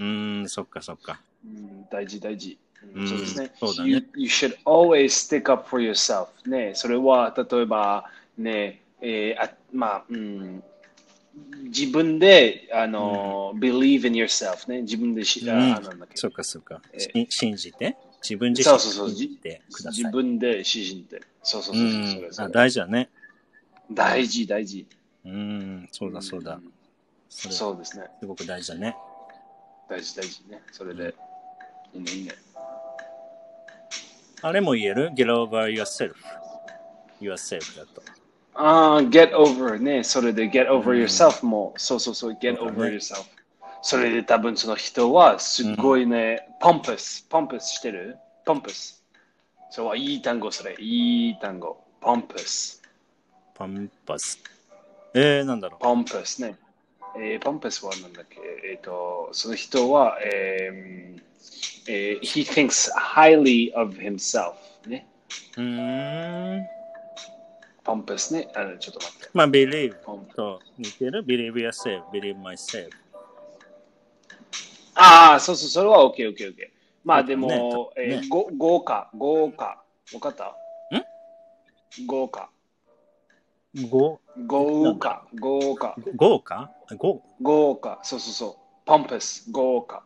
B: うん、そっかそっか。
A: うん大事大事。
B: うん
A: そうですね。
B: そうだね
A: you, you should always stick up for yourself. ね、それは例えば、ね、えーあまあ、うん、自分で、あの、believe in yourself ね、自分でし、
B: うん
A: あなんだっけ
B: そっかそっか。
A: え
B: し信じて。自分自
A: そ
B: 身
A: うそうそう
B: 信じてください。
A: 自分で信じて。そうそう
B: う
A: そうそ
B: ん
A: れ。そ
B: あ
A: れ
B: 大事だね。
A: 大事大事。
B: うん、そうだそうだ
A: ん。
B: それは
A: そうですね、
B: すごく大事だね。
A: 大事大事ね。それで、いいねいいね。
B: あれも言える ?get over yourself。yourself だと。
A: ああ、get Ah, over ね。それで get over
B: うん
A: yourself も、そうそうそう、get
B: そうだ
A: over
B: ね
A: yourself。それで多分その人はすっごいね、pompous、pompous してる ?pompous。それはいい単語、それ。いい単語。pompous。
B: パンパス。えー、なんだろ
A: pompous ね。えー、pompous はなんだっけえっ、と、その人は、えーえー eh, he thinks highly of himself ね。
B: う。うーん。
A: pompous ね。あのちょっと待って。
B: まあ、believe
A: pompous
B: と似てる ?believe yourself, believe myself。
A: ああ、そうそう、それは OKOKOK、OK OK OK。まあ
B: ね
A: でも、
B: ね
A: えー、ご豪華、豪華。わかった豪華。
B: ご
A: 豪華、豪華、
B: 豪華豪
A: 豪華。そうそうそう。ポンプス、豪華。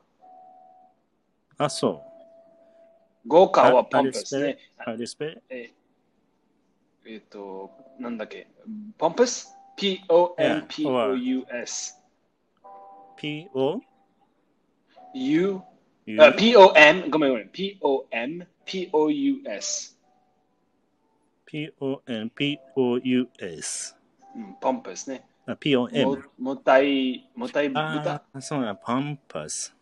B: あ、そ
A: 豪
B: う。
A: 華はポンプスね。
B: How do you spell it?
A: えっ、えーと、なんだっけポンプス ?P-O-M-P-O-U-S。
B: P-O?
A: U、
B: U?
A: あ P-O-M、ごめんごめん。P-O-M-P-O-U-S。
B: P-O-N, P-O-U-S。
A: うん、ポンプスね。
B: あ P-O-M。
A: ももったい、もったい豚
B: あ。あ、そうなん、パンパス。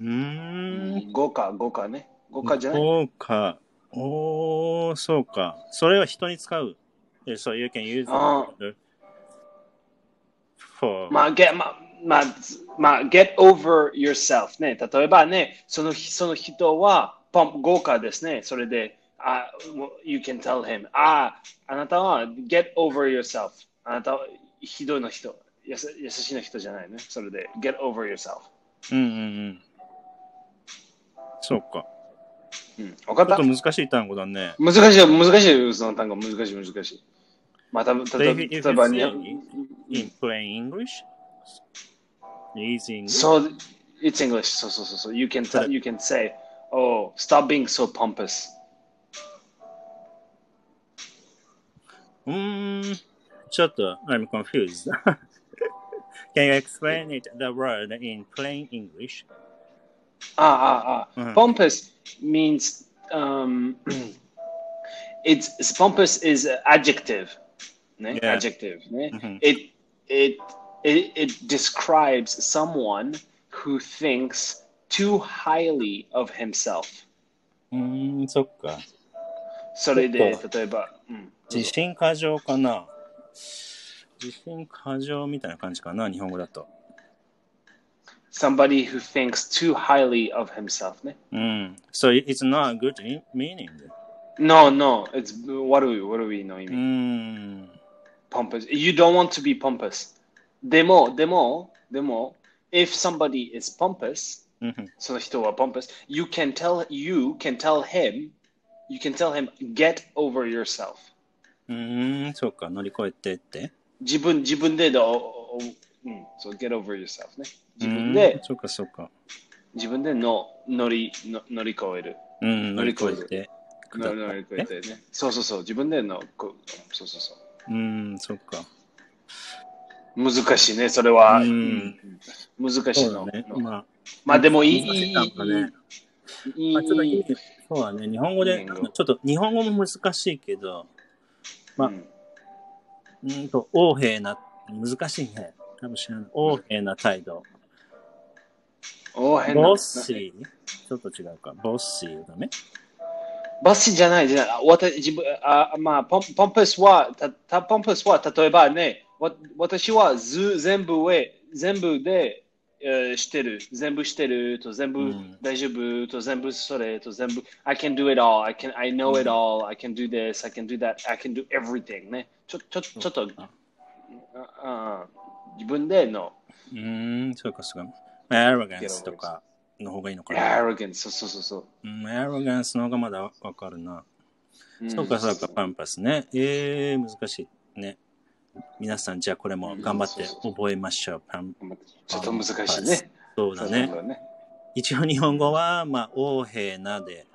B: うーん。
A: 豪華、豪華ね。豪華じゃない
B: そうか。おー、そうか。それは人に使う。え、そう、you can use
A: あ
B: it for
A: まあ、get, まあ、まあ、つまあ、get over yourself ね。例えばね、そのその人はポン豪華ですね。それで、あ、もう you can tell him, あ、あなたは get over yourself。あなたはひどいの人。やさ優しいの人じゃないね。それで、get over yourself。
B: うんうんうん。そうか。
A: うん、わかっ
B: ちょったと難しい単語だね。
A: 難しいよ、難しいよ、その単語。難しい、難しい。また、
B: So
A: 例え
B: if,
A: ば
B: if
A: 例
B: you
A: えば
B: say
A: に、
B: in plain English, easy English,
A: そう、it's English. そうそうそうそう。You can tell, you can say, Oh, stop being so pompous.
B: うーん、ちょっと、I'm confused. Can you explain it, the word in plain English?
A: Ah, ah, ah.
B: Mhm.
A: Pompous means um, [clears throat] it's, it's- pompous is an adjective, ne?
B: Yeah.
A: adjective. ne?
B: Mhm.
A: It, it it it describes someone who thinks too highly of himself.
B: うーん、そっか。
A: それで
B: そ
A: 例えば、うん、
B: 自信過剰かな自信過剰みたいな感じかな日本語だと。
A: somebody who thinks too highly of himself ね。
B: うん。So it's not a good in- meaning.
A: No, no, it's what do we what do we の意
B: う
A: 味。
B: ん。Mm.
A: pompous. You don't want to be pompous. でも、でも、でも、if somebody is pompous,
B: うん
A: その人は pompous, you can tell, you can tell him, you can tell him, get over yourself.
B: うーん、そうか、乗り越えてって。
A: 自分、自分でどう、おおうん、そう、get over yourself ね。自分
B: う
A: で
B: ん、そうか、そうか。
A: 自分での、乗り、の乗り越える。
B: うん、乗乗
A: り
B: り越
A: 越えて
B: えてくだ
A: の
B: さい
A: 乗り越えてね。そうそうそう、自分での、こうそうそうそう。
B: うん、そうか。
A: 難しいね、それは。
B: う
A: う
B: ん
A: ん難し
B: そ
A: いう
B: だ
A: の。
B: ね。
A: の
B: まあ、
A: まあでもいい、
B: 難
A: いい、い
B: し
A: い、いい
B: なんかね。
A: いい
B: まあ、ちょっといいそうだね。日本語で、
A: いい
B: なん
A: よ
B: かちょっと日本語も難しいけど、まあ
A: うん
B: うーんと、横柄な、難しいね。多分知らない。横柄な態度。
A: おー変な
B: ボッシーちょっと違うか。ボッシーだね。
A: バッシーじゃないじゃない。あ私自分あまあポンポンプスはたたポンプスは例えばね、わ私はず全部へ全部で、えーしてる全部してると全部、
B: うん
A: 大丈夫と全部それと全部 I can do it all I can I know it all I can do this I can do that I can do everything ねちょちょちょっと
B: あ
A: ああ自分での
B: うーん、そうか、そうか。アロガンスとかの方がいいのかな。
A: arrogance そうそうそうそう
B: うん、アロガンスの方がまだわかるな。
A: うん
B: そうか、そうか、パンパスね。えー、難しいね。皆さん、じゃあこれも頑張って覚えましょう。パン
A: ちょっと難しい
B: パンパス
A: ね
B: そうだね。
A: ね
B: 一応日本語は、まあ、横柄なで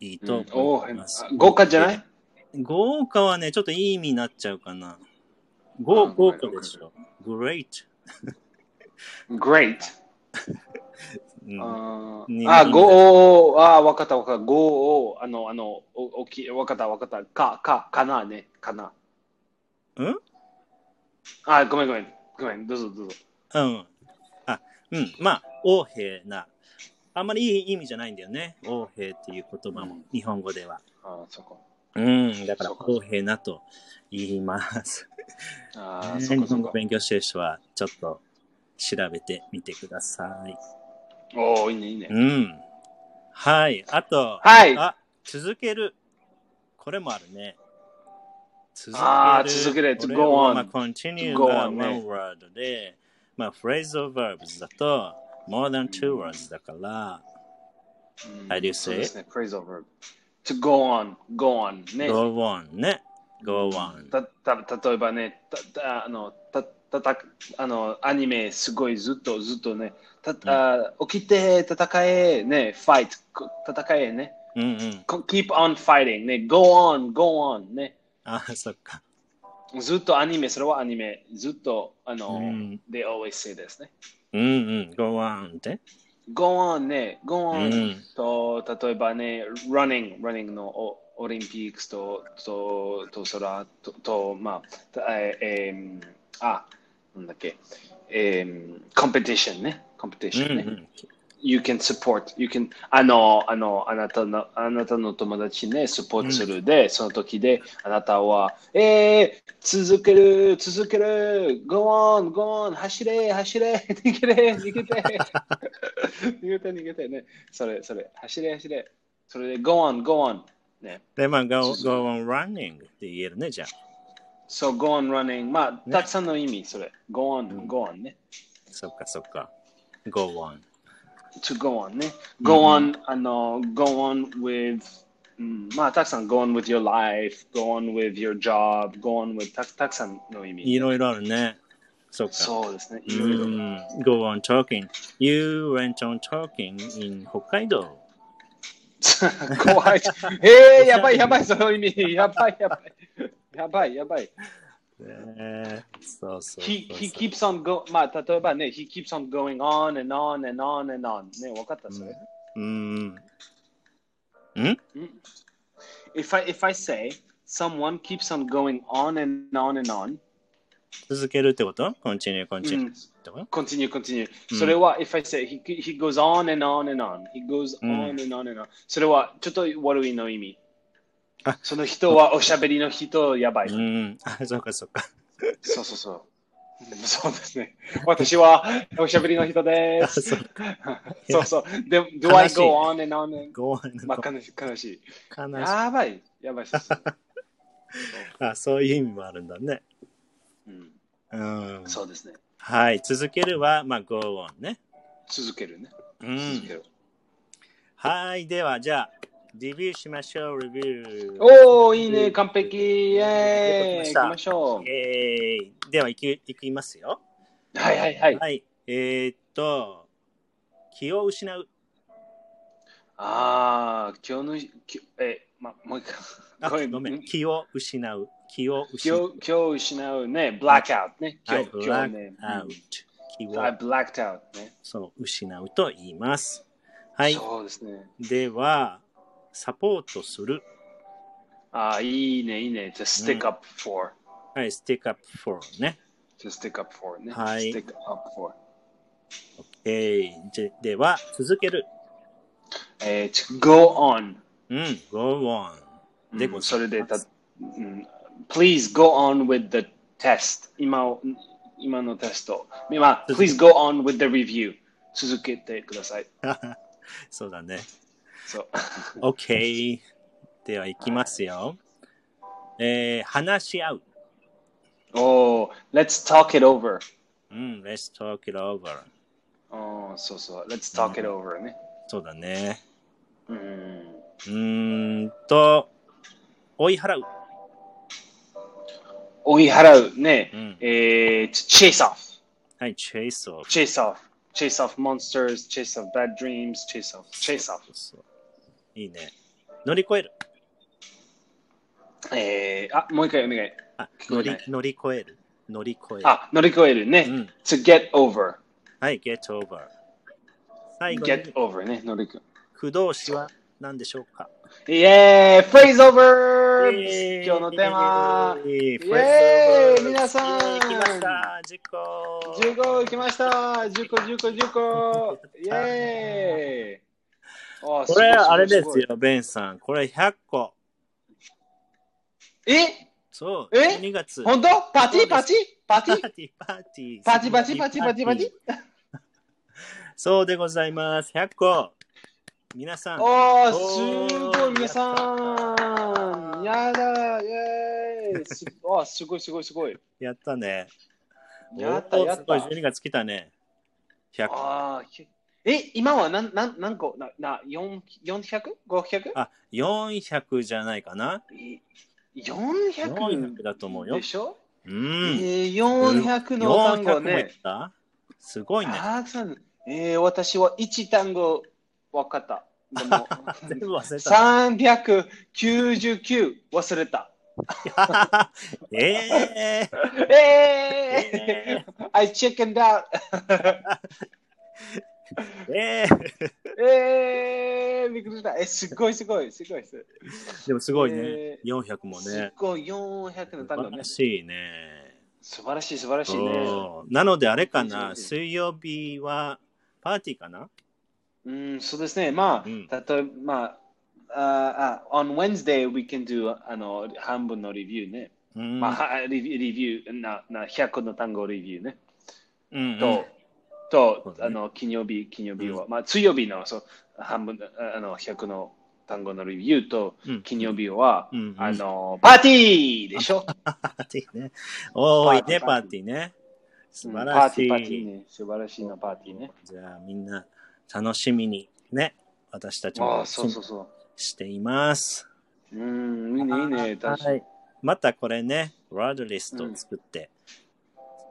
B: いいと
A: うん
B: 思います。
A: おー豪華じゃない
B: 豪華はね、ちょっといい意味になっちゃうかな。豪
A: あ
B: 豪華でしょ。great、
A: Great.
B: うん
A: あ
B: に
A: ーあ
B: に
A: ー、ごー、ああ、わかったわかった。ごー、あの、あの、おおき、わかったわかった。か、か、かなね、かな。
B: うん
A: あー、ごめんごめん。ごめん、どうぞどうぞ。
B: うん。あ、うん。まあ、横柄な。あんまりいい意味じゃないんだよね。横柄っていう言葉も、
A: うん
B: 日本語では。
A: あー、そこ。
B: うん。だから、
A: そうか
B: 横柄なと言います。
A: あー、
B: ね
A: そ
B: 日
A: こそ
B: 本語
A: こ。
B: 勉強してる人は、ちょっと調べてみてください。
A: おー、いいね、いいね。
B: うん。はい。あと、
A: はい
B: あ、続ける。これもあるね。続ける。
A: あー続ける
B: こ
A: to
B: れ
A: go
B: は
A: on
B: まあ、continue
A: go on
B: が
A: ね
B: one word で、まあ、phrasal verbs だと、more than two words だから、
A: うん、
B: How do you
A: そう
B: say
A: ですね、praise over. To go on, go on ね。
B: go on ね。go on。
A: たた例えばね、たたあのたたたあのアニメすごいずっとずっとね、たあ起きて戦えね、ファイト戦えね、
B: うんうん。
A: こ keep on fighting ね、go on go on ね、
B: あ、そっか。
A: ずっとアニメそれはアニメずっとあの、
B: うん。
A: they always say ですね、
B: うんうん。go on って。
A: go on ね、go
B: う
A: on、
B: ん。
A: と例えばね、running、running のおオリンピックと、と、と、そら、と、とまあ、たえーえーんあ、なんだっけ、えー、コンペティションね、コンペティ
B: う
A: シ
B: んう
A: ョンね。
B: ん。
A: You can support, you can, あの、あの、あなたの、あなたの友達ね、サポートするで、その時で、あなたは、えー、続ける、続ける、go on, go on, 走れ、走れ、逃げれ、逃げて、逃げて、逃げてね、それ、それ、走れ、走れ、それで、go on, go on, ね、
B: で、まあ、go, go on running って言えるね、じゃあ。
A: so go on running, まあ、
B: ね
A: たくさんの意味、それ、go
B: うん
A: on, go on ね、
B: そっかそっか。go on。
A: to go on ね。go on,、あの、go on with、うん、まあ、たくさん go on with your life, go on with your job, go on with たたくさんの意味。
B: いろいろあるね。そうか。
A: そうですね。いろい [laughs] ろ。
B: Mm, go on talking. You went on talking in Hokkaido.
A: 怖い。えー、やばいやばい、その意味。やばいやばい。やばいやばい。
B: えーそうそうそう
A: He, he
B: そ
A: keeps on
B: う。
A: go まあ、例えばね、he keeps on going on and on and on and on. ね、わかったそれ。
B: うん。
A: Mm. If I, if I say someone keeps on going on and on and on, mm,
B: 続けるってこと ?continue, continue.
A: うん
B: ってこと
A: continue, continue.
B: うん
A: それは、if I say he, he goes on and on and on, he goes
B: うん
A: on and on and on. それは、ちょっと悪いの意
B: [laughs]
A: 味
B: あ。
A: その人はおしゃべりの人やばい。
B: うん。あ、そうかそうか。
A: そうそうそう。そう [laughs] ですね。私はおしゃべりの人で
B: あ、 [laughs]
A: す。
B: そうか。
A: そうそう。で、do I
B: 悲しい
A: go on and on and
B: go on.
A: まあ、悲しい。悲しい。
B: 悲しい。
A: やばい。やばい。そうそう
B: あ、そういう意味もあるんだね。
A: うん
B: うん。
A: そうですね。
B: はい。続けるは、まあ、go on ね。
A: 続けるね。
B: う
A: 続
B: ん
A: け。る。
B: はい。では、じゃあ、レビューしましょう、レビュー。
A: おお、いいね。完璧。イェーイ。
B: やっと
A: 行
B: 来ました
A: きましょ
B: えー、では、いき、いきますよ。
A: う。はいはいはい。
B: はい。えー、っと、気を失う。
A: ああ、今日の、きえ、ま、もう一回。
B: あ、ごめん。気を失う。気を失
A: 今
B: う。
A: 日、今日失うね。blackout ね。今
B: はい
A: 日、今日ね。
B: blackout
A: うん
B: 気を
A: I blacked out ね。
B: そう失うと言います。はい。
A: そうですね。
B: では、サポートする。
A: ああ、いいね、いいね。to stick up for。
B: はい、stick up for ね。
A: to stick up for ね。
B: はい
A: stick up for。
B: えー、じゃでは、続ける。
A: えー、ち go on。
B: うん、go on。で
A: で、
B: ござ
A: そ
B: い
A: れで
B: ま
A: た、
B: す。
A: うん、Please go on with the test. 今を今のテスト。今、
B: 続け
A: Please go on with the review. 続けてください。
B: [laughs] そうだね。
A: そう。
B: OK。では、いきますよ。えー、話し合う。
A: おー、Let's Oh, talk it over.
B: うん、let's talk it over。
A: おーそうそう。Let's Oh, talk it over ね。
B: そうだね。
A: うん。
B: うーんと、追い払う。
A: 追い払うね。
B: うん
A: えー、chase off.
B: はい、chase off。
A: Chase off. Chase off monsters. Chase off bad dreams. Chase off. Chase off.
B: そういいね。乗り越える。
A: えー、あ、もう一回お願い。
B: あ乗
A: こえ
B: り
A: ない
B: 乗り越える。乗り越える。
A: あ、乗り越えるね。
B: うん
A: to get over.
B: はい、get over。最後
A: get
B: に、
A: over ね。乗り越え
B: 駆動詞は何でしょうか
A: イエーイフレーズオーバ
B: イ
A: ー
B: エーイ
A: 今日のテーマ
B: イエーイ
A: イエーイ
B: Press over
A: 皆さん
B: イエーイ来ました、10個。
A: !15 来ました !10 個10個10個イエーイおー
B: これ、
A: ごいご
B: あ
A: い
B: れです
A: ごい
B: よ、ベンさん。これ100個。
A: え
B: そう、
A: え
B: 12月。
A: 本当パチパチパ
B: パ
A: チ
B: ーティー、 [laughs] パーティー。
A: パチパチパチパチパチ
B: そうでございます。100個。皆さん、
A: おーすごい皆さんやだイエーイすおーすごいすごいすごい
B: やったね。
A: やったや
B: お
A: っ
B: ー
A: た
B: すごい、12月来たね。100個。
A: あーひえ、今は何何何個なな 400?500?
B: あ、400じゃないかな。
A: 400?
B: 400だと思うよ
A: で。しょ、
B: う。
A: うん400の単語
B: 400もいっ
A: ね。
B: たすごいね。
A: たくさん。えー、私は1単語分かった。でも
B: [laughs] 全部忘れた。
A: 399忘れた。
B: [laughs] えー
A: え
B: え
A: ー、I [laughs] chickened out!
B: ーえー
A: えー、びっくりした。え、すごいすごいすごいすごい。
B: でもすごいね
A: え。
B: 400も
A: す
B: ね。
A: ごい400の
B: 素
A: 単語
B: 晴
A: ね
B: ら。しいね。
A: 素晴らしい素晴らしいね。
B: そうなのであれかな、
A: そう
B: 水曜日はパーティーかな
A: うん、そうですね。まあ、
B: うん
A: たとえまあ、ああ、on Wednesday we can do あの半分のレビューね。
B: うん
A: まあ、はレビュー、レビューなな100個の単語レビューね。
B: うんうん
A: と、と、
B: そうだね
A: あの金曜日、金曜日は、まあ、水曜日のそう半分ああの100の単語のレビューと、
B: うん
A: 金曜日は、
B: うんうん
A: あのパーティーでしょ。
B: パーティーね。おーいいね、パ
A: パ
B: ー
A: ー
B: ティーね。素
A: う
B: 晴
A: んパ
B: ら
A: ーテ
B: し
A: ィー、
B: い。
A: パーティーね。素晴らしいのパーティーね。
B: じゃあみんな楽しみにね、私たち
A: あ
B: も
A: あ、そうそうそ
B: しています。
A: う。うん、いいね、いいね。確か
B: はい。またこれね、ワードリストを作って、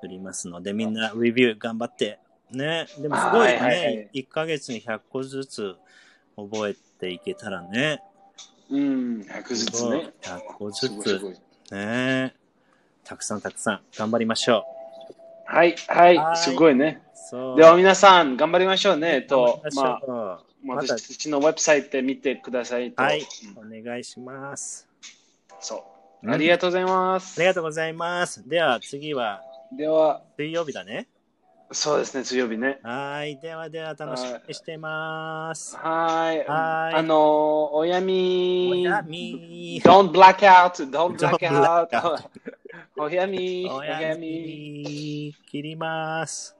B: おりますので、みんなレビュー頑張って。ね。でもすごいね、
A: あーはいはいはい
B: 1ヶ月に100個ずつ覚えていけたらね。
A: うん、100ずつね。
B: 100個
A: す
B: ず
A: ごいす
B: つ
A: ごい。
B: ね。たくさんたくさん頑張りましょ
A: はい、は
B: はい
A: い、すごいね
B: う。。そう。
A: では皆さん、頑張りましょうね。えっと、まあ、
B: あ、また
A: 私たちのウェブサイトで見てくださいと。
B: はい
A: うん
B: お願いします。
A: そう。ありがとうございま
B: あ
A: す
B: り。がとうございます。では次は
A: では、
B: 水曜日だね。
A: そうですね、水曜日ね。
B: はい。ではでは楽しみにしてます。
A: はーい。
B: はーい
A: あのー、おや
B: お
A: み。
B: やみ
A: Don't black out. Don't black [laughs]
B: Don't black
A: out. おやみ。お
B: お
A: や
B: や
A: み。
B: み切ります。